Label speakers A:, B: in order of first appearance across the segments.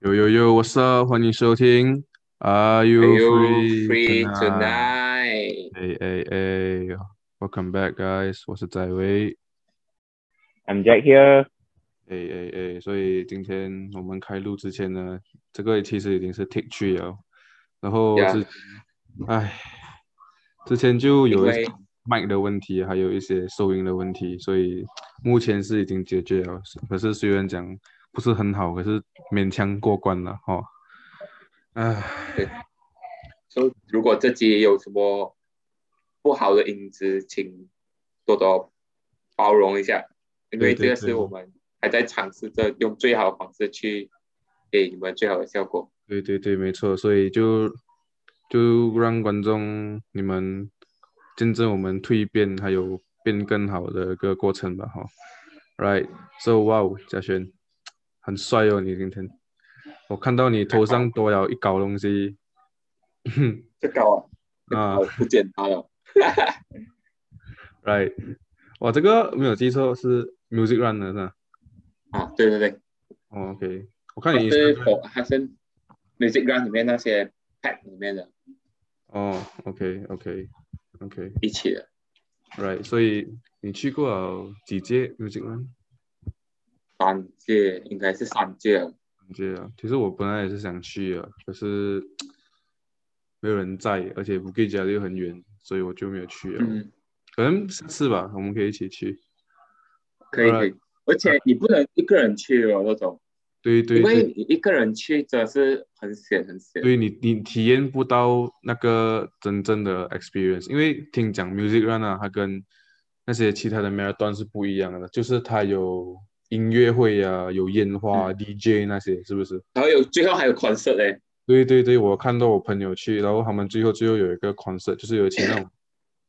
A: 有有有，What's up？欢迎收听。Are you
B: Are you
A: free
B: free tonight?
A: 哎哎哎，Welcome back, guys！我是翟维。
B: I'm Jack here.
A: 哎哎哎，所以今天我们开录之前呢，这个其实已经是 take three 了。然后
B: Yeah
A: 之，哎、之前就有一
B: 因为
A: 些麦的问题，还有一些收音的问题，所以目前是已经解决了。可是虽然讲不是很好，可是勉强过关了哦。哎，
B: So，如果这集有什么不好的影子，请多多包容一下，因为这
A: 对对
B: 个是
A: 对
B: 我们还在尝试着用最好的方式去给你们最好的效果。
A: 对对对，没错，所以就就让观众你们见证我们蜕变，还有变更好的一个过程吧，哈。Right，so wow，嘉轩，很帅哦，你今天，我看到你头上多了一搞东西，
B: 这个啊，
A: 啊
B: 哦不简单了。
A: ，Right，哇，这个没有记错是 Music Run 的是吧？
B: 啊，对对对，
A: 哦，OK，我看
B: 它
A: 你
B: 是
A: Instagram-
B: for 它是 Music Run 里面那些 pack 里面的
A: 哦，OK，OK，OK，Right，
B: 一起的。
A: 所以你去过了几届 Music Run？
B: 三届应该是三届了，
A: 感觉啊，其实我本来也是想去啊，可是没有人在，而且不给家又很远，所以我就没有去啊。
B: 嗯，
A: 可能下次吧，我们可以一起去。
B: 可以可
A: Alright
B: 以，而且你不能一个人去哦，那种。
A: 对对
B: 因为
A: 对，
B: 你一个人去真的是很险很险。
A: 对你你体验不到那个真正的 experience，因为听讲 music run 啊，它跟那些其他的 marathon 是不一样的，就是它有音乐会啊，有烟花、啊
B: 嗯
A: DJ 那些，是不是？
B: 然后有最后还有 concert 嘞，
A: 对对对，我看到我朋友去，然后他们最后最后有一个 concert，就是有请那种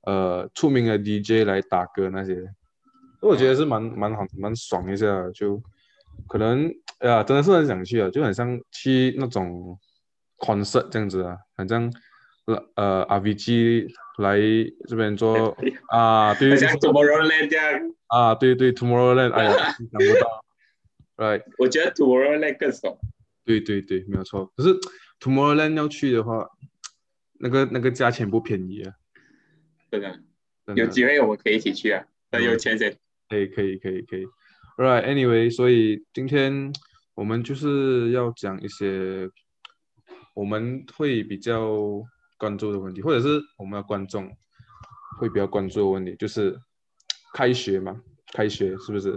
A: 呃出名的 DJ 来打歌那些，所以我觉得是蛮蛮好蛮爽一下的，就可能哎呀、真的是很想去啊，就很像去那种 concert 这样子啊，很像呃 RVG 来这边做啊，对
B: 很
A: 对
B: 像
A: 对
B: Tomorrowland 这样。
A: 啊，对对 Tomorrowland，哎呀，想不到，right。
B: 我觉得 Tomorrowland 更爽。
A: 对对对，没有错。可是 Tomorrowland 要去的话，那个那个价钱不便宜啊，
B: 真的，
A: 真的
B: 有机会我们可以一起去啊！等有钱先。
A: 可以可以可以可以。Right，anyway，所以今天我们就是要讲一些我们会比较关注的问题，或者是我们的观众会比较关注的问题，就是开学嘛，开学是不是？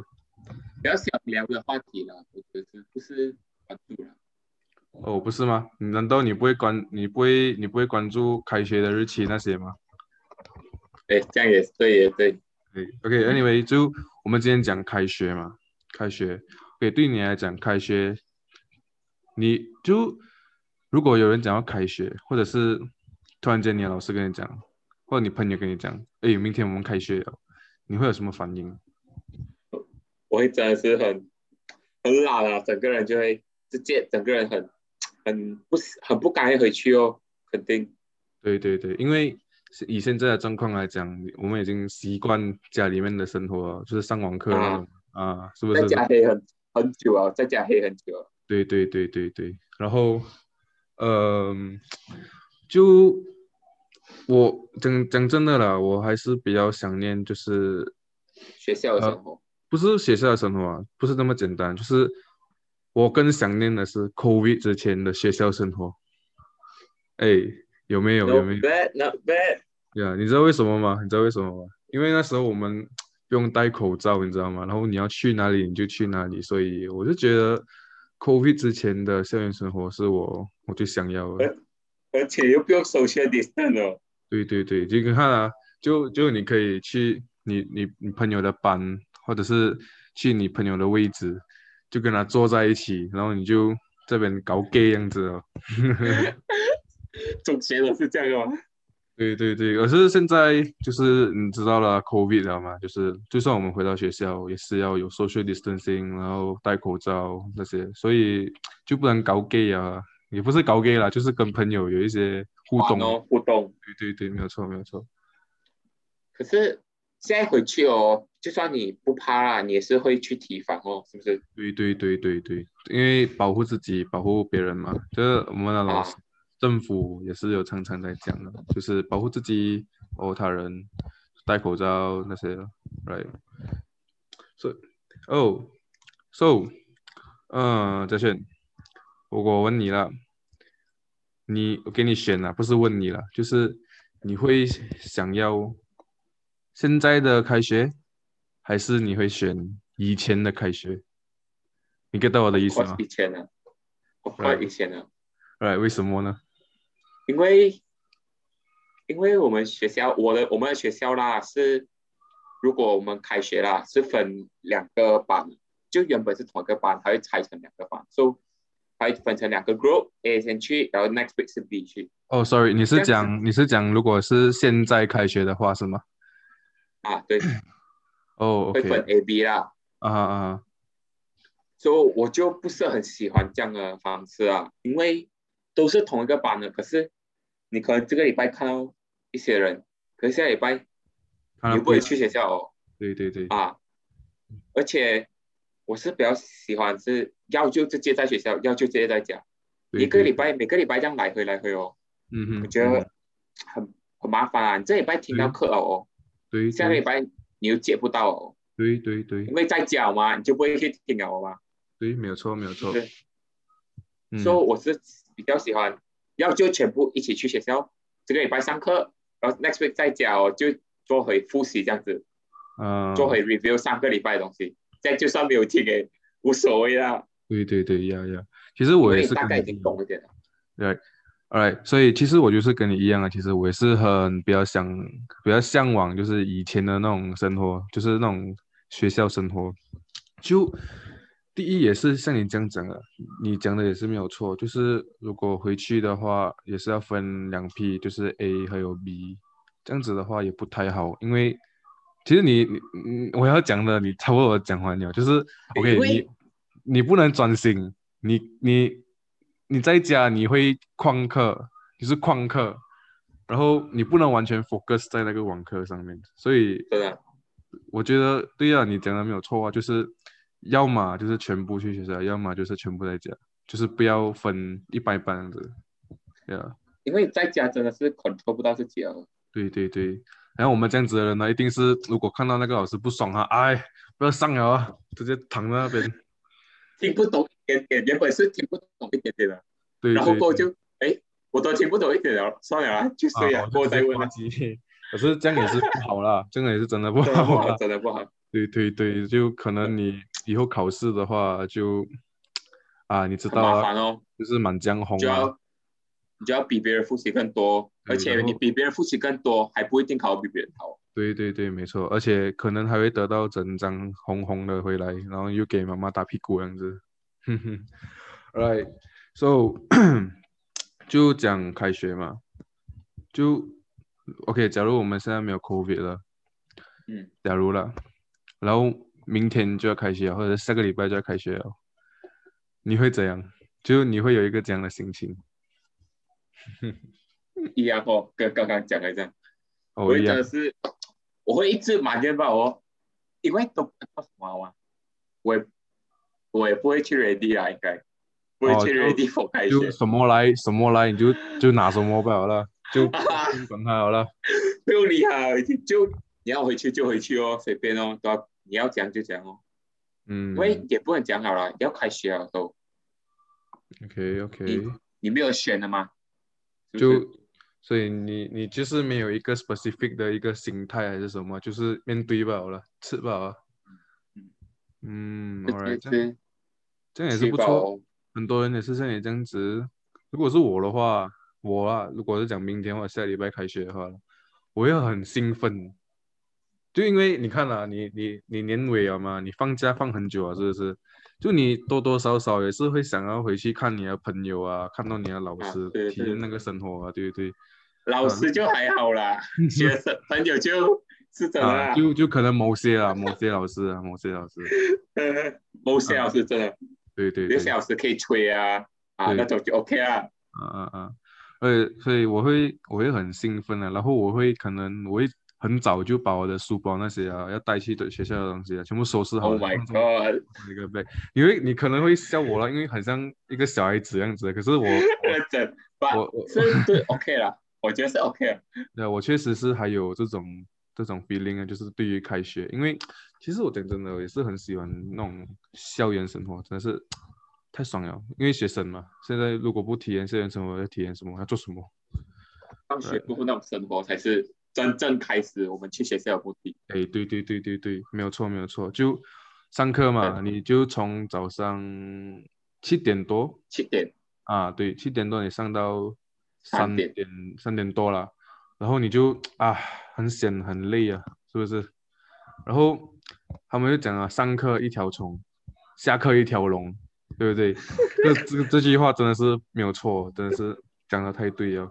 B: 比较想聊的话题了，我觉得不是关注了。
A: 哦，不是吗？你难道你不会关你不会你不会关注开学的日期那些吗？
B: 对，哎这样也是对，也对。
A: 对，OK，Anyway，、就我们今天讲开学嘛，开学，OK，对你来讲，开学，你就如果有人讲要开学，或者是突然间你的老师跟你讲，或者你朋友跟你讲，哎，明天我们开学了，你会有什么反应？
B: 我会真的是很很懒啊，整个人就会直接整个人很很不很不甘愿回去哦，肯定。
A: 对对对，因为是以现在的状况来讲，我们已经习惯家里面的生活了，就是上网课那种啊是不
B: 在
A: 是？
B: 家黑很很久啊，在家黑很久啊。
A: 对对对对对，然后，嗯、就我讲讲真的啦，我还是比较想念，就是
B: 学校
A: 啊
B: 的生活，
A: 不是学校的生活啊，不是那么简单，就是我更想念的是 COVID 之前的学校生活。哎，有没有？有
B: no
A: 没有？
B: bad, not bad。
A: 呀，你知道为什么吗？你知道为什么吗？因为那时候我们不用戴口罩，你知道吗？然后你要去哪里你就去哪里，所以我就觉得 COVID 之前的校园生活是我我最想要的。
B: 而且又不用 social distance 哦。
A: 对对对，就你看啊，就就你可以去你你你朋友的班，或者是去你朋友的位置，就跟他坐在一起，然后你就这边搞 gay 样子哦。
B: 中学的是这样哦。
A: 对对对，可是现在就是你知道了 COVID 了嘛，就是就算我们回到学校，也是要有 social distancing，然后戴口罩那些，所以就不能搞 gay 啊，也不是搞 gay 啦，就是跟朋友有一些互动。
B: 玩哦，互动。
A: 对对对，没有错没有错。
B: 可是现在回去哦，就算你不怕啦，你也是会去提防哦，是不是？
A: 对对对对对，因为保护自己，保护别人嘛，就是我们的老师、政府也是有常常在讲的，就是保护自己，保护他人，戴口罩那些咯，right？So oh so，嗯、呃，嘉轩，我我问你了，你我给你选了，不是问你了，就是你会想要现在的开学，还是你会选以前的开学？你 get 到我的意思
B: Of
A: 吗
B: course 以前呢、我 f
A: Right
B: 以前呢、
A: ？right？为什么呢？
B: 因为因为我们学校，我的我们的学校啦是，如果我们开学啦是分两个班，就原本是同一个班，它会拆成两个班，so 它会分成两个 group，A 先去，然后 next week 是 B 去
A: 哦、s o r r y 你是
B: 这样子
A: 讲你是讲，如果是现在开学的话是吗？
B: 啊， 对，
A: 哦、o
B: 会分
A: k
B: A、B 啦，
A: 啊哈啊哈，
B: 所以我就不是很喜欢这样的方式啊，因为都是同一个班的，可是你可能这个礼拜看到一些人，可是下礼拜
A: 看
B: 你
A: 来
B: 又不会去学校哦
A: 对对对，
B: 啊，而且我是比较喜欢是要就直接在学校，要就直接在家，
A: 对
B: 一个
A: 对
B: 礼拜每个礼拜这样来回来回哦，
A: 嗯哼，
B: 我觉
A: 嗯
B: 得很很麻烦啊，你这礼拜听到课了哦，
A: 对
B: 下个礼拜你又接不到哦，
A: 对对对
B: 因
A: 对
B: 为在家嘛，你就不会去听了嘛。
A: 对，没有错没有错
B: 对，
A: 嗯，
B: 所以我是比较喜欢，要就全部一起去学校，这个礼拜上课，然后 next week 在家哦，就做回复习这样子，
A: 啊，
B: 做回 review 上个礼拜的东西，这样就算没有听也无所谓啦，
A: 对对对，呀呀，其实我也
B: 因为
A: 是
B: 大
A: 跟
B: 概已
A: 你
B: 经懂一点了。
A: Alright，所以其实我就是跟你一样啊，其实我也是很比较想、比较向往，就是以前的那种生活，就是那种学校生活。就第一也是像你这样讲的，你讲的也是没有错，就是如果回去的话，也是要分两批，就是 A 还有 B，这样子的话也不太好，因为其实你你你我要讲的你差不多讲完了，就是 OK，
B: 因为
A: 你你不能专心，你你你在家你会旷课，你是旷课，然后你不能完全 focus 在那个网课上面，所以
B: 真的
A: 我觉得对啊，你讲的没有错啊，就是要么就是全部去学校，要么就是全部在家，就是不要分一般般这样子，对啊，
B: 因为在家真的是 control 不到自己哦。
A: 对对对。然后我们这样子的人呢，一定是如果看到那个老师不爽啊，哎，不要上了啊，直接躺在那边。
B: 听不懂一点点，原本是听不懂一点点的，
A: 对，
B: 然后
A: 对
B: 过后
A: 对
B: 就哎，我都听不懂一点了，算了啦， 就睡
A: 啊
B: 了，
A: 我
B: 过
A: 就直
B: 后再
A: 接
B: 问
A: 挂
B: 了，
A: 机 可是这样也是不好啦， 这样也是真的不
B: 真的不
A: 好啦
B: 好，。 真的不好。
A: 对对对，就可能你以后考试的话就，啊，你 知
B: 很
A: 道
B: 麻
A: 啊，
B: 烦哦，
A: 就是满江红
B: 就
A: 啊，
B: 要你就要比别人复习更多，
A: 对
B: 而且
A: 嗯然后
B: 你比别人复习更多，还不一定考得比别人好。
A: 对对对，没错，而且可能还会得到整张红红的回来，然后又给妈妈打屁股这样子。哼
B: 嗯
A: 哼，Right，so 就讲开学嘛，就 OK。假如我们现在没有 COVID 了，
B: 嗯，
A: 假如了，然后明天就要开学了，或者下个礼拜就要开学了，你会怎样？就你会有一个怎样的心情？
B: 一样哦，跟刚刚讲的这样，
A: 哦，
B: 我会
A: 一
B: 真
A: 样
B: 的是，我会一直埋怨吧哦，因为都不知道什么啊，我也我也不会去 ready 啊，应该不会去
A: 哦就
B: ready for 开
A: 就
B: 学，
A: 什么来什么来，你就就拿什么吧好了，就 管他好了。
B: 不用理他，就你要回去就回去哦，随便哦，都要你要讲就讲哦，
A: 嗯
B: 因为也不能讲好了，要开学了啊都，
A: ，OK OK，
B: 你没有选的嘛，是不是
A: 就所以你你就是没有一个 specific 的一个心态还是什么，就是面对吧好了，吃吧好了
B: 嗯。
A: 嗯
B: 就
A: ，alright，这
B: 就
A: 样
B: 是
A: 这样也是不
B: 去吧
A: 错。
B: 哦
A: 很多人也是像你这样子。如果是我的话，我啊，如果是讲明天或者下礼拜开学的话，我会很兴奋，就因为你看啊，你你你年尾了嘛，你放假放很久啊，是不是？就你多多少少也是会想要回去看你的朋友啊，看到你的老
B: 啊
A: 师，
B: 对
A: 体验
B: 对
A: 那个生活啊，对不 对？
B: 老师就还好啦，学生朋友就是真的
A: 嗯啊，
B: 啦。
A: 就就可能某些啊，某些老师啊，某些老师，
B: 呃某些老师真的，
A: 对啊对对。
B: 有些老师可以吹啊啊
A: 对
B: 那种就 OK 啊。
A: 啊啊啊！呃，所以我会我会很兴奋啊，然后我会可能我会很早就把我的书包那些啊要带去的学校的东西啊，全部收拾好
B: Oh
A: 了
B: my
A: 放在
B: god！
A: 那个 bag，因为你可能会笑我了，因为很像一个小孩子样子。可是我我
B: 认真，
A: 我
B: 吧，
A: 我
B: 是对 OK 啦，我觉得是 OK 了。
A: 对啊，我确实是还有这种这种 feeling 啊，就是对于开学，因为其实我讲真的，我也是很喜欢那种校园生活，真的是太爽了。因为学生嘛，现在如果不体验校园生活，要体验什么？要做什么？
B: 放学过后那种生活才是真正开始我们去学校的目的。
A: 哎，对对对对对，没有错没有错，就上课嘛，你就从早上七点多
B: 七点，
A: 啊，对，七点多你上到
B: 三
A: 三
B: 点
A: 点三点多了，然后你就啊很闲很累啊，是不是？然后他们就讲啊，上课一条虫，下课一条龙，对不对？这这这句话真的是没有错，真的是讲的太对了。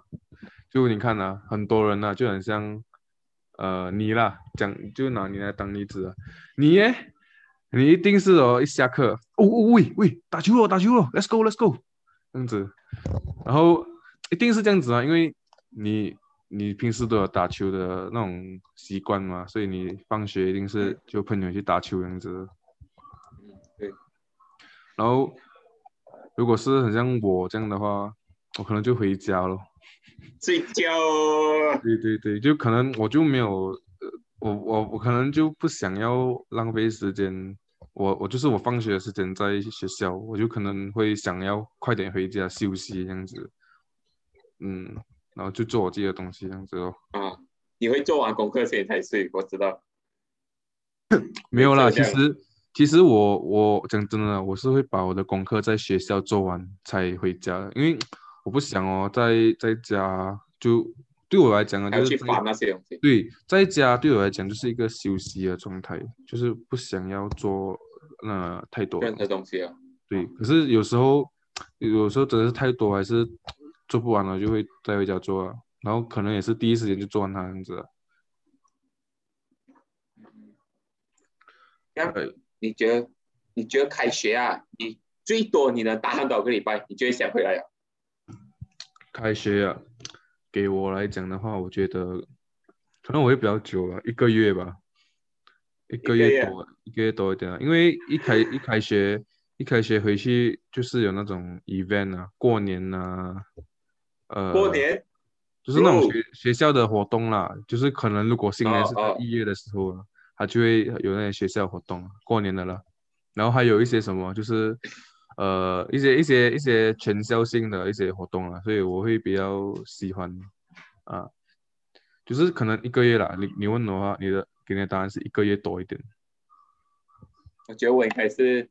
A: 就你看啊，很多人呢、啊、就很像呃你啦，讲就拿你来当例子啊，你耶，你一定是哦，一下课，哦哦喂喂，打球了打球了，Let's go Let's go，这样子，然后一定是这样子啊，因为你你平时都有打球的那种习惯嘛，所以你放学一定是就朋友去打球这样子的。
B: 嗯，对，
A: 然后如果是很像我这样的话，我可能就回家咯。
B: 睡觉。
A: 对对对，就可能我就没有，呃我我我可能就不想要浪费时间。我我就是我放学的时间在学校，我就可能会想要快点回家休息这样子，嗯，然后就做我自己的东西这样子咯。
B: 啊，你会做完功课先才睡，我知道。
A: 没有啦，其
B: 这样
A: 实其实我我讲真的，我是会把我的功课在学校做完才回家的，因为我不想哦，在在家就对我来讲啊，
B: 还要
A: 就是
B: 去
A: 在
B: 翻那些东西。
A: 对，在家对我来讲就是一个休息的状态，就是不想要做那、太多的
B: 任
A: 东
B: 何
A: 西。
B: 东西啊，
A: 对，可是有时候有时候真的是太多，还是做不完了，就会带回家做啊，然后可能也是第一时间就做完它这样子啊。
B: 这样
A: 对
B: 你觉得你觉得开学啊，你最多你能打上多少个礼拜，你就会想回来啊了？
A: 开学啊，给我来讲的话，我觉得可能我会比较久了，一个月吧，一个
B: 一个月
A: 月多，一个月多一点啊。因为一开一开学，一开学回去就是有那种 event 啊，过年啊，呃，
B: 过年
A: 就是那种
B: 哦
A: 学学校的活动啦，就是可能如果新年
B: 哦
A: 是在
B: 哦
A: 一月的时候啊，它就会有那些学校活动，啊过年的啦。然后还有一些什么，就是呃一些一些一些全校性的一些活动啊啦，所以我会比较喜欢啊，就是可能一个月啦。你你问我的话，你的给你的答案是一个月多一点，
B: 我觉得我应该是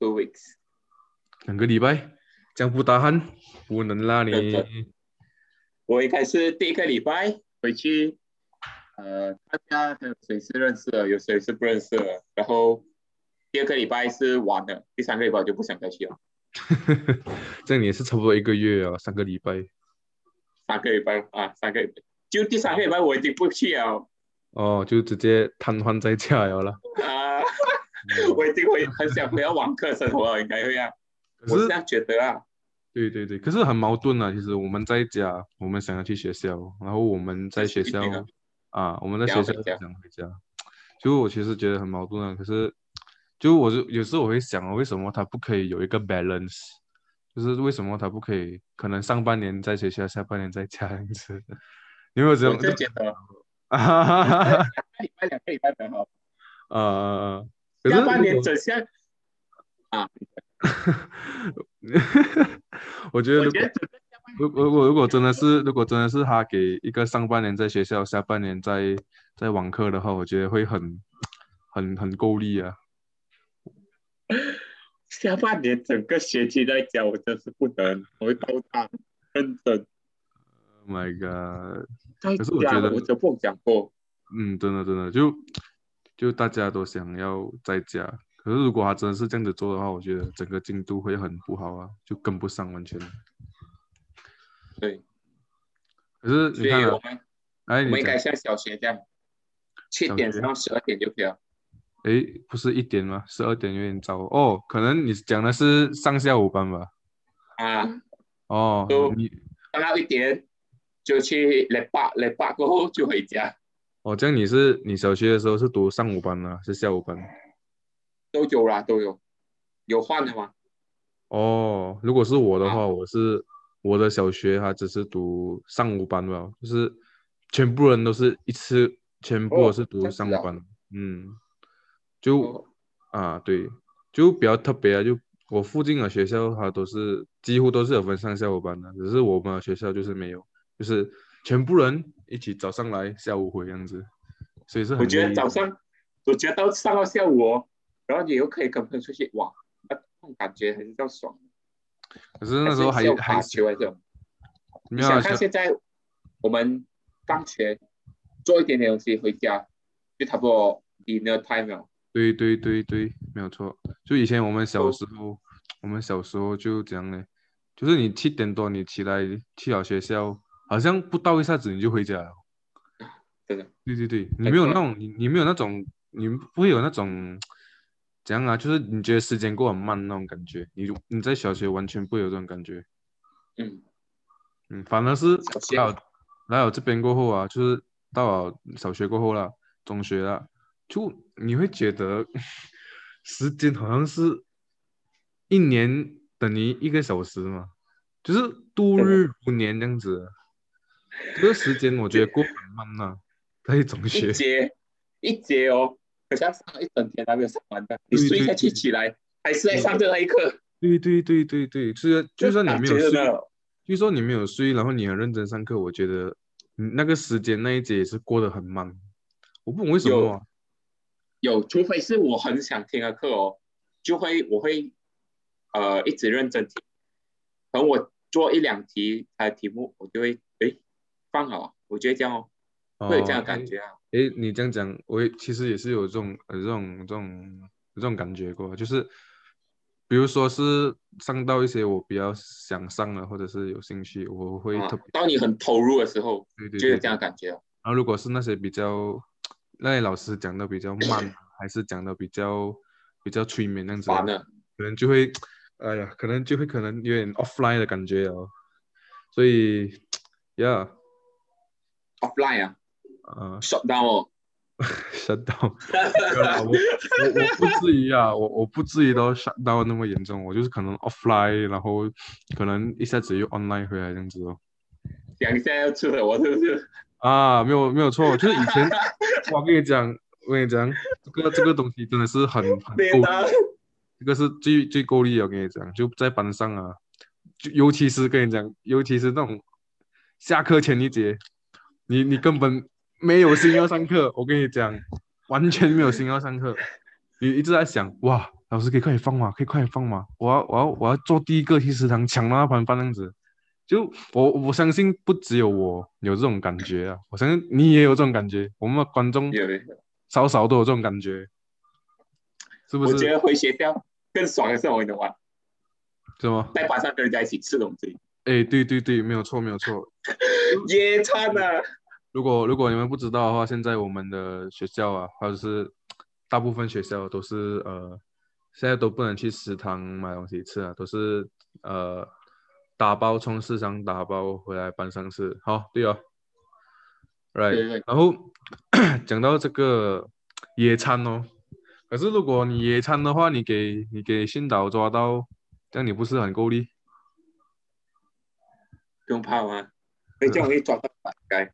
B: two weeks，
A: 两个礼拜，这样不打鼾，不能啦 你。
B: 我应该是第一个礼拜回去，呃，看一下还有谁是认识的，有谁是不认识的，然后第二个礼拜是玩的，第三个礼拜我就不想再去了，
A: 这样你也是差不多一个月啊，三个礼拜。
B: 三个礼拜啊，三个礼拜，就第三个礼拜我已经不去了
A: 哦，就直接瘫痪在家了啦。
B: 啊，我已经会很想回到网课生活了，应该会啊，我
A: 可
B: 是
A: 是
B: 这样觉得啊，
A: 对对对，可是很矛盾啊。其实我们在家，我们想要去学校，然后我们在学校
B: 一定啊
A: 啊，我们在
B: 想
A: 学
B: 要
A: 校
B: 回家
A: 想回家。就我其实觉得很矛盾啊。可是，就我就有时候我会想啊，为什么他不可以有一个 balance？就是为什么他不可以？可能上半年在学校，下半年在家这样子。你有没有这
B: 我
A: 种
B: 就觉得
A: 啊哈哈哈哈
B: 三个礼拜两个礼拜很好，
A: 啊啊！啊可是
B: 下半
A: 如
B: 年
A: 果
B: 走向，
A: 我觉得
B: 我
A: 如果
B: 觉得整个下 半年
A: 如果如果如果真的是如果真的是他给一个上半年在学校，下半年在在网课的话，我觉得会很很很够力啊。
B: 下半年整个学期在家，我真是不能，我会爆炸，认真
A: Oh my god！
B: 在
A: 可是我觉
B: 家，
A: 得
B: 我就不想过。
A: 嗯，真的真的就就大家都想要在家，可是如果他真的是这样子做的话，我觉得整个进度会很不好啊，就跟不上完全。
B: 对，
A: 可是
B: 所
A: 你
B: 以
A: 看、
B: 我
A: 啊，
B: 们
A: 哎，
B: 我
A: 你
B: 们应
A: 讲
B: 该，像小学这样，七
A: 小
B: 点
A: 学
B: 上十二点就可以了。
A: 哎，不是一点吗？十二点有点早哦，可能你讲的是上下午班吧？
B: 啊，
A: 哦
B: 都，
A: 你
B: 上到一点就去来八来八过后就回家。
A: 哦，这样你是你小学的时候是读上午班呢，是下午班？
B: 都有啦，都有，有换的吗？
A: 哦，如果是我的话，我是我的小学它只是读上午班吧，就是全部人都是一次，全部都是
B: 这
A: 读
B: 样子
A: 上午
B: 啊
A: 班，嗯，就、
B: 哦
A: 啊对，就比较特别啊，就我附近的学校它都是几乎都是有分上下午班的，只是我们的学校就是没有，就是全部人一起早上来，下午回这样子，所以是很
B: 我觉得
A: 累
B: 早上，我觉得到上到下午哦，然后你又可以跟朋友出去，哇，那种感觉还是较爽的。
A: 可是那时候还
B: 有
A: 还
B: 打球还是有
A: 没
B: 你
A: 有啊
B: 想看
A: 小
B: 现在我们放学做一点点东西回家，就差不多 dinner time 了。
A: 对对对对，没有错。就以前我们小
B: 都
A: 时候，我们小时候就怎样呢？就是你七点多你起来去了学校，好像不到一下子你就回家了。
B: 真的。哎
A: 对对对，你
B: 没
A: 没有那
B: 错
A: 种你你没有那种你不会有那种怎样啊？就是你觉得时间过很慢那种感觉，你就你在小学完全不会有这种感觉。
B: 嗯，
A: 嗯，反而是
B: 小学
A: 来我来我这边过后啊，就是到了小学过后啦，中学啦，就你会觉得时间好像是一年等于一个小时嘛，就是度
B: 对
A: 日如年这样子。这个时间我觉得过很慢呐、在中学
B: 一，节一节哦，好像上了一整天还没有上完的。你
A: 对
B: 睡
A: 对
B: 下去
A: 对
B: 起来，还是在上的那一刻，
A: 对对对对对，就是就算你没有睡，
B: 觉得
A: 就算你没有睡，然后你很认真上课，我觉得你那个时间那一节也是过得很慢，我不懂为什么、
B: 有
A: 啊。
B: 有，除非是我很想听的课哦，就会我会呃一直认真听，等我做一两题它的题目，我就会诶放好啊，我觉得这样哦，会有这样的感觉啊，
A: 哦。诶，诶你这样讲，我也其实也是有这种呃这种这种这种感觉过，就是比如说是上到一些我比较想上的，或者是有兴趣，我会
B: 啊
A: 特别、
B: 当你很投入的时候，
A: 对对
B: 就
A: 对
B: 有这样的感觉哦。
A: 然后如果是那些比较那些老师讲的比较慢，啊还是讲的比较比较催眠那样子，
B: 完了，
A: 可能就会，哎呀，可能就会可能有点 offline 的感觉哦。所以，yeah，
B: offline 啊
A: 啊、
B: ，shut down 哦，
A: shut down，没有啦我我我不至于啊，我我不至于到 shut down 那么严重，我就是可能 offline，然后可能一下子又 online 回来这样子哦。
B: 想一下要出了我是不是？
A: 啊，没有没有错，就是以前 我跟你讲，我跟你讲，这个这个东西真的是很很
B: 别
A: 够
B: 的
A: 力，这个是最最够力的，我跟你讲，就在班上啊，就尤其是跟你讲，尤其是那种下课前一节，你你根本没有心要上 课，我跟你讲，完全没有心要上课，你一直在想，哇，老师可以快点放嘛，可以快点放嘛，我要我要我要做第一个去食堂抢那盘饭这样子。就我我相信不只有我有这种感觉啊，我相信你也有这种感觉，我们的观众
B: 有没有？
A: 少少都有这种感觉，是不
B: 我觉
A: 是？
B: 得回学校更爽的是我你懂吗？
A: 是吗？
B: 在班上跟人家一起吃东西，
A: 哎，对对对，没有错没有错。
B: 野餐啊，
A: 如果如果你们不知道的话，现在我们的学校啊，或者是大部分学校都是呃，现在都不能去食堂买东西吃啊，都是呃打包从市场打包回来班上吃。好，对哦，right，
B: 对对
A: 然后 讲到这个野餐哦，可是如果你野餐的话，你给你给训导抓到，这样你不是很够力？
B: 不用怕吗？所以这样容易抓到反该。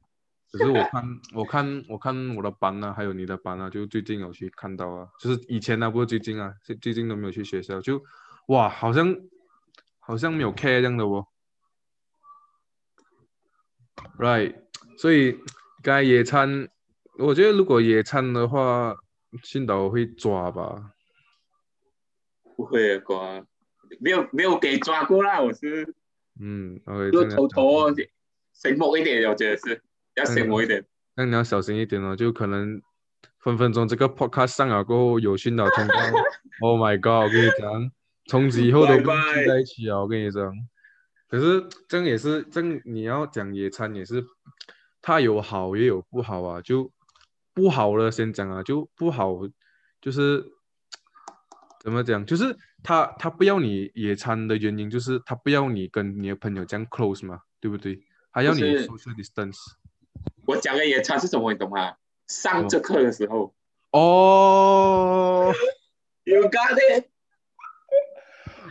A: 可是我看，我看，我看我的班啊，还有你的班啊，就最近有去看到啊，就是以前啊，不是最近啊，最最近都没有去学校，就哇，好像好像没有 care 这样的哦。Right，所以该野餐，我觉得如果野餐的话，训导会抓吧。
B: 不会的瓜，没有没有给抓过啦，我是
A: 嗯，OK，这
B: 就
A: 样要
B: 偷
A: 小
B: 偷
A: 心
B: 哦醒目一点，我觉得是要醒目一点。
A: 那你要小心一点哦，就可能分分钟这个 podcast 上了过后有训导通告，Oh my god！我跟你讲，从此以后都不能聚在一起啊！我跟你讲，可是这样也是，这样你要讲野餐也是，它有好也有不好啊。就不好了先讲啊，就不好就是怎么讲，就是他他不要你野餐的原因就是他不要你跟你的朋友这样 close 嘛，对不对？还要你
B: 就是
A: social distance。
B: 我讲的野餐是什么，你懂吗？上这课的时候。
A: 哦
B: You got it，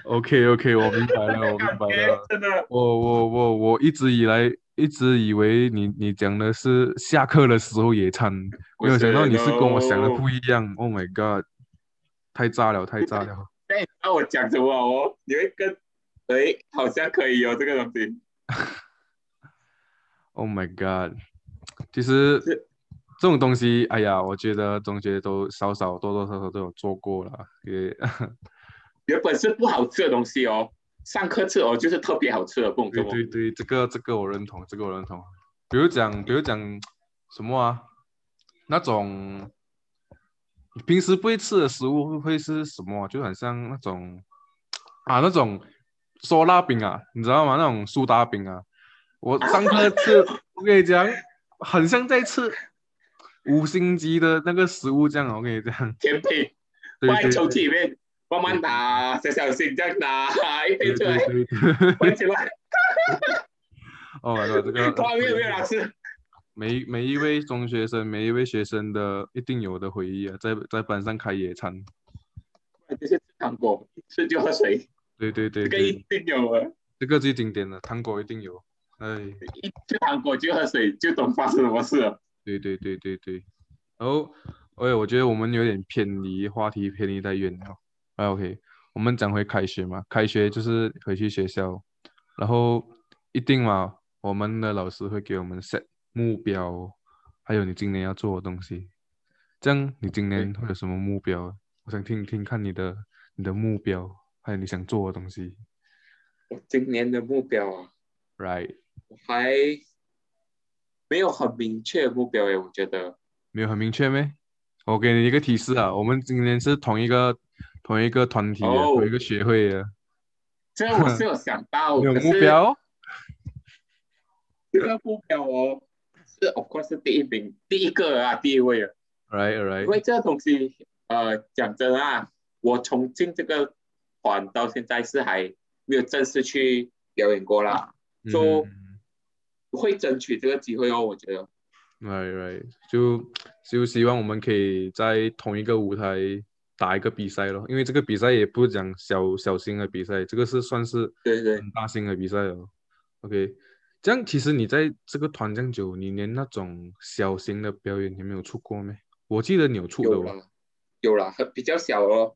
A: ，OK OK，我明白了，我明白了。
B: 哎真的
A: 我我我我一直以来一直以为你你讲的是下课的时候野餐，没有想到你是跟我想的不一样。Oh my god，太炸了，太炸了！
B: 那你知道我讲什么哦？你会跟，哎，好像可以哦，这个东西。
A: Oh my god！其实
B: 是
A: 这种东西，哎呀，我觉得中学都少少多多少少都有做过了，也
B: 原本是不好吃的东西哦，上课吃哦就是特别好吃的不懂
A: 对
B: 什么
A: 对对，这个这个我认同，这个我认同。比如讲，比如讲什么啊？那种你平时不会吃的食物会会是什么？啊就很像那种啊，那种烧腊饼啊，你知道吗？那种苏打饼啊，我上课吃，我跟你讲，很像在吃五星级的那个食物这样啊。我跟你讲，
B: 甜品，
A: 对
B: 放在
A: 对
B: 抽
A: 对
B: 屉里面慢慢拿，小小心这样拿，一
A: 对
B: 边出来，
A: 对对。
B: 关起来，
A: 哦，my god，这个
B: 从来没有没有老师，
A: 每每一位中学生，每一位学生的一定有的回忆啊，在在班上开野餐，
B: 就是吃糖果，吃就喝水，
A: 对对对
B: 这个
A: 对，
B: 一定有啊，
A: 这个最经典的，糖果一定有，哎，
B: 一吃糖果就喝水，就懂发生什么事了。
A: 对对对对对，然后，哎，我觉得我们有点偏离话题，偏离太远了。哎，OK，我们讲回开学嘛，开学就是回去学校，然后一定嘛，我们的老师会给我们 set 目标，还有你今年要做的东西。这样，你今年会有什么目标啊？我想听听看你的你的目标，还有你想做的东西。
B: 我今年的目标啊，
A: Right，
B: 我还没有很明确的目标诶，我觉得
A: 没有很明确咩？我给你一个提示啊，我们今年是同一个同一个团体的，
B: 哦
A: 同一个学会的。
B: 虽然我是有想 到，
A: 有
B: 可
A: 目
B: 是
A: 标，
B: 这个目标哦，是 of course 是第一名，第一个啊，第一位啊。
A: ，right
B: 因
A: right，
B: 为这个东西，呃，讲真啊，我从进这个团到现在是还没有正式去表演过啦，就
A: 嗯
B: 会争取这个机会哦。我觉得，
A: right 嗯 right，就就希望我们可以在同一个舞台打一个比赛咯，因为这个比赛也不是讲小小型的比赛，这个是算是
B: 对对，
A: 很大型的比赛哦。OK，这样其实你在这个团这样久，你连那种小型的表演你没有出过没？我记得你有出的
B: 有啊
A: 哦，
B: 了，有了，很比较小哦，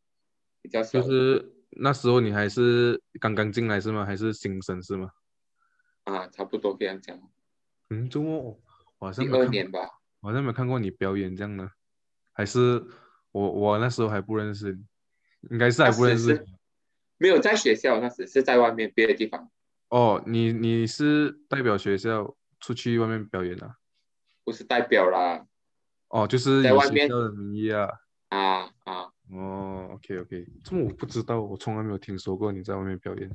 B: 比较小
A: 就是那时候你还是刚刚进来是吗？还是新生是吗？
B: 啊，差不多这样讲，
A: 嗯，周末我好像
B: 第
A: 没有
B: 二
A: 看过
B: 年吧，
A: 我好像没有看过你表演这样的，还是我我那时候还不认识你，应该是还不认识
B: 那时
A: 你
B: 没有在学校，那时是在外面别的地方，
A: 哦。你你是代表学校出去外面表演啊？
B: 不是代表啦，
A: 哦，就是
B: 在
A: 以
B: 外
A: 学
B: 面
A: 校的名义啊。
B: 啊啊，
A: 哦，OK OK，这么我不知道，我从来没有听说过你在外面表演。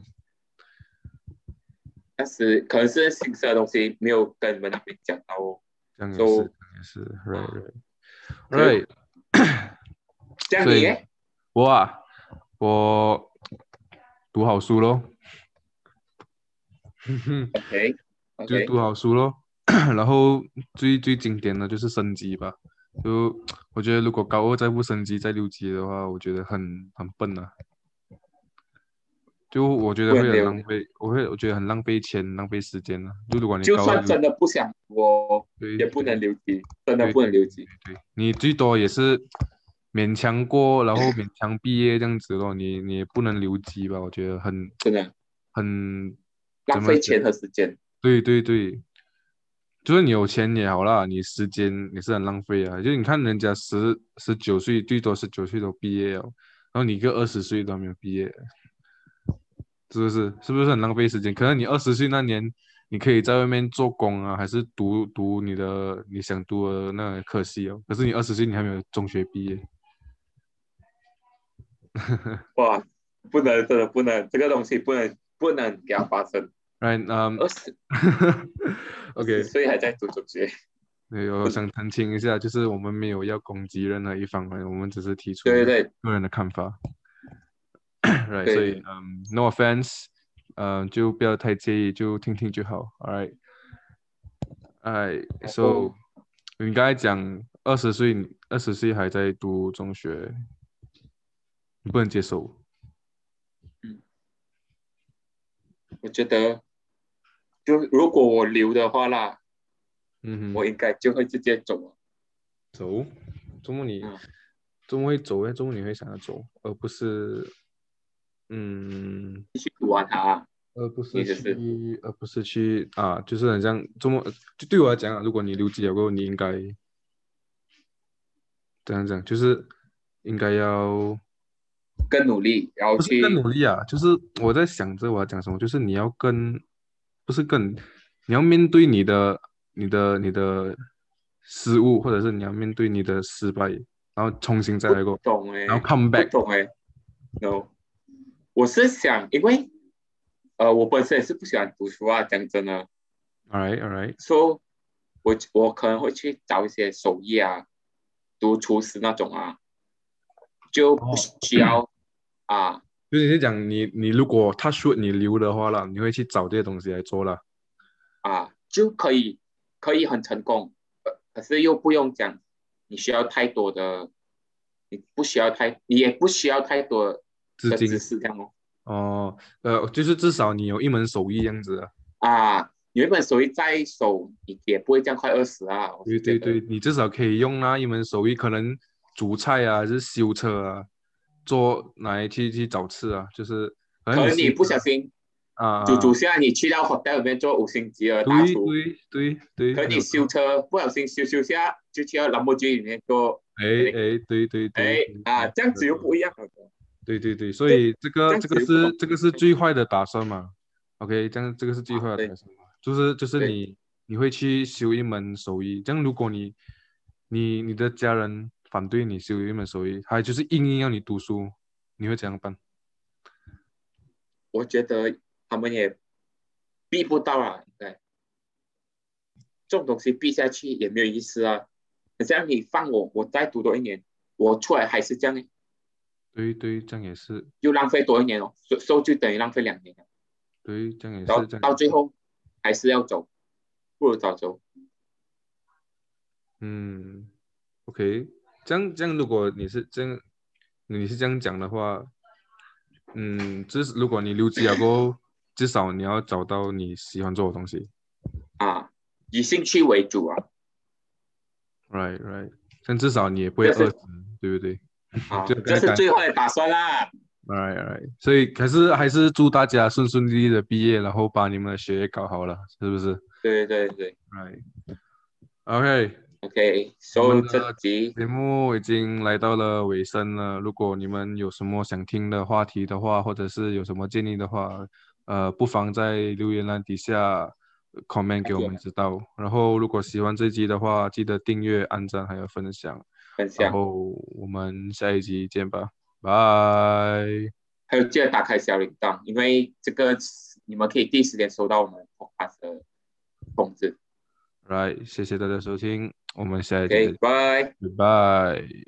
B: 那时可能是新生的东西没有跟你们那边讲到哦。
A: 这样也
B: So- 啊
A: 是，这样也是，right
B: 所
A: right
B: 以
A: right。
B: 这样
A: 所
B: 你
A: 以
B: 耶？
A: 我啊，我读好书喽。哼哼。
B: OK
A: 就
B: OK，
A: 读好书咯。 然后最最经典的就是升级吧，就我觉得如果高二再不升级再六级的话，我觉得很很笨啊。就我觉得
B: 不
A: 会
B: 能
A: 很
B: 留
A: 浪费，我会我觉得很浪费钱、浪费时间啊。就如果你
B: 就
A: 高二
B: 算真的不想我
A: 对
B: 也不能留级，
A: 对
B: 真的不能留级。
A: 对你最多也是勉强过，然后勉强毕业这样子咯。你你也不能留级吧？我觉得很
B: 真的
A: 很
B: 浪费钱和时间。
A: 对对对，就是你有钱也好啦，你时间也是很浪费啊。就是你看人家十十九岁，最多十九岁都毕业了，然后你一个二十岁都没有毕业，是不是？是不是很浪费时间？可能你二十岁那年，你可以在外面做工啊，还是读读你的你想读的那个科系哦。可是你二十岁，你还没有中学毕业。
B: 哇，不能，真的不能，这个东西不能不能给它发生。
A: Right，嗯、
B: 二十呃
A: OK，
B: 所以还在读中学。
A: 对，我想澄清一下，就是我们没有要攻击任何一方啊面，我们只是提出
B: 对对对，
A: 个人的看法。right，
B: 对
A: 所以嗯、n o offense，嗯、就不要太介意，就听听就好。All
B: 哦
A: right，all right，so
B: 后
A: 哎你刚才讲二十岁，二十岁还在读中学，你不能接受。
B: 我觉得，就如果我留的话啦，
A: 嗯
B: 我
A: 哼，
B: 应该就会直接走了。
A: 走，周末你
B: 嗯
A: 周末会走诶，周末你会想要走，而不是，嗯，
B: 继续读完它、啊。
A: 而不是
B: 你只是
A: 去，而不是去啊，就是很像周末，就对我来讲啊，如果你留级了过后，你应该怎样讲，就是应该要。
B: 更努力，然后
A: 不是
B: 去
A: 更努力啊，就是我在想着我要讲什么，就是你要更，不是更，你要面对你的、你的、你的失误，或者是你要面对你的失败，然后重新再来过，
B: 懂哎、
A: 然后 come back
B: 不懂哎、no，我是想，因为呃，我本身也是不喜欢读书啊，讲真的，
A: Alright, alright.
B: 所、so, 以我我可能会去找一些手艺啊，读厨师那种啊，就不
A: 哦
B: 需要、啊，
A: 就是你是讲你你如果他说你留的话啦，你会去找这些东西来做啦。
B: 啊，就可以可以很成功，呃可是又不用讲，你需要太多的，你不需要太，你也不需要太多
A: 资
B: 的
A: 金
B: 知识这样哦。
A: 哦，呃，就是至少你有一门手艺这样子啊。
B: 啊，有一本手艺在手，你也不会这样快饿死啊。我
A: 对
B: 是
A: 对
B: 觉得
A: 对，，你至少可以用那一门手艺，可能煮菜啊，还是修车啊，做来去去找吃啊，就是可
B: 可能
A: 修
B: 你不
A: 车
B: 小心
A: 啊，
B: 煮煮
A: 啊
B: 下，你去到 hotel 里面做五星级的大
A: 对
B: 厨，
A: 对对对，
B: 可能你修车不小心修修下，就去到兰博基里面做，
A: 哎哎对对对，
B: 哎
A: 对
B: 啊，这样子又不一样了。
A: 对对对，所以这个
B: 这样
A: 这
B: 子
A: 个
B: 又不
A: 是
B: 懂
A: 这个是最坏的打算嘛？OK，这样这个是最
B: 啊
A: 坏的
B: 对
A: 打算嘛？就是就是
B: 对
A: 你你会去修一门手艺，这样如果你你你的家人反对你修一门手艺，还就是硬硬要你读书，你会怎样办？
B: 我觉得他们也避不到啊，应该这种东西避下去也没有意思啊。很像你放我，我再读多一年，我出来还是这样，
A: 对对，这样也是，
B: 又浪费多一年哦，所所以就等于浪费两年了。啊
A: 对，这样也
B: 然后
A: 是，这样也
B: 到最
A: 是，
B: 后还是要走，不如早走。
A: 嗯，OK，这样这样，如果你是这样，你是这样讲的话，嗯，至如果你留级了过后，至少你要找到你喜欢做的东西
B: 啊，以兴趣为主啊，
A: ，right right，但至少你也不会
B: 这是
A: 饿死，对不对
B: 啊，
A: 这个
B: 这
A: 该
B: 是
A: 改
B: 最坏的打算啦。
A: ？right right，所以还是还是祝大家顺顺利利的毕业，然后把你们的学业搞好了，是不是
B: 对对对
A: ？right，OK、
B: ，OK，
A: 我
B: 所、
A: 们
B: so,
A: 的
B: 这集
A: 节目已经来到了尾声了，如果你们有什么想听的话题的话，或者是有什么建议的话，呃，不妨在留言栏底下 comment 给我们知道。然后，如果喜欢这集的话，记得订阅、按赞还有分享。
B: 分
A: 然
B: 享，
A: 后我们下一集见吧，拜。
B: 还有记得打开小铃铛，因为这个你们可以第一时间收到我们 podcast 的通知。
A: 来，谢谢大家收听，我们下一集再
B: OK，
A: 见，
B: 拜。
A: 拜拜。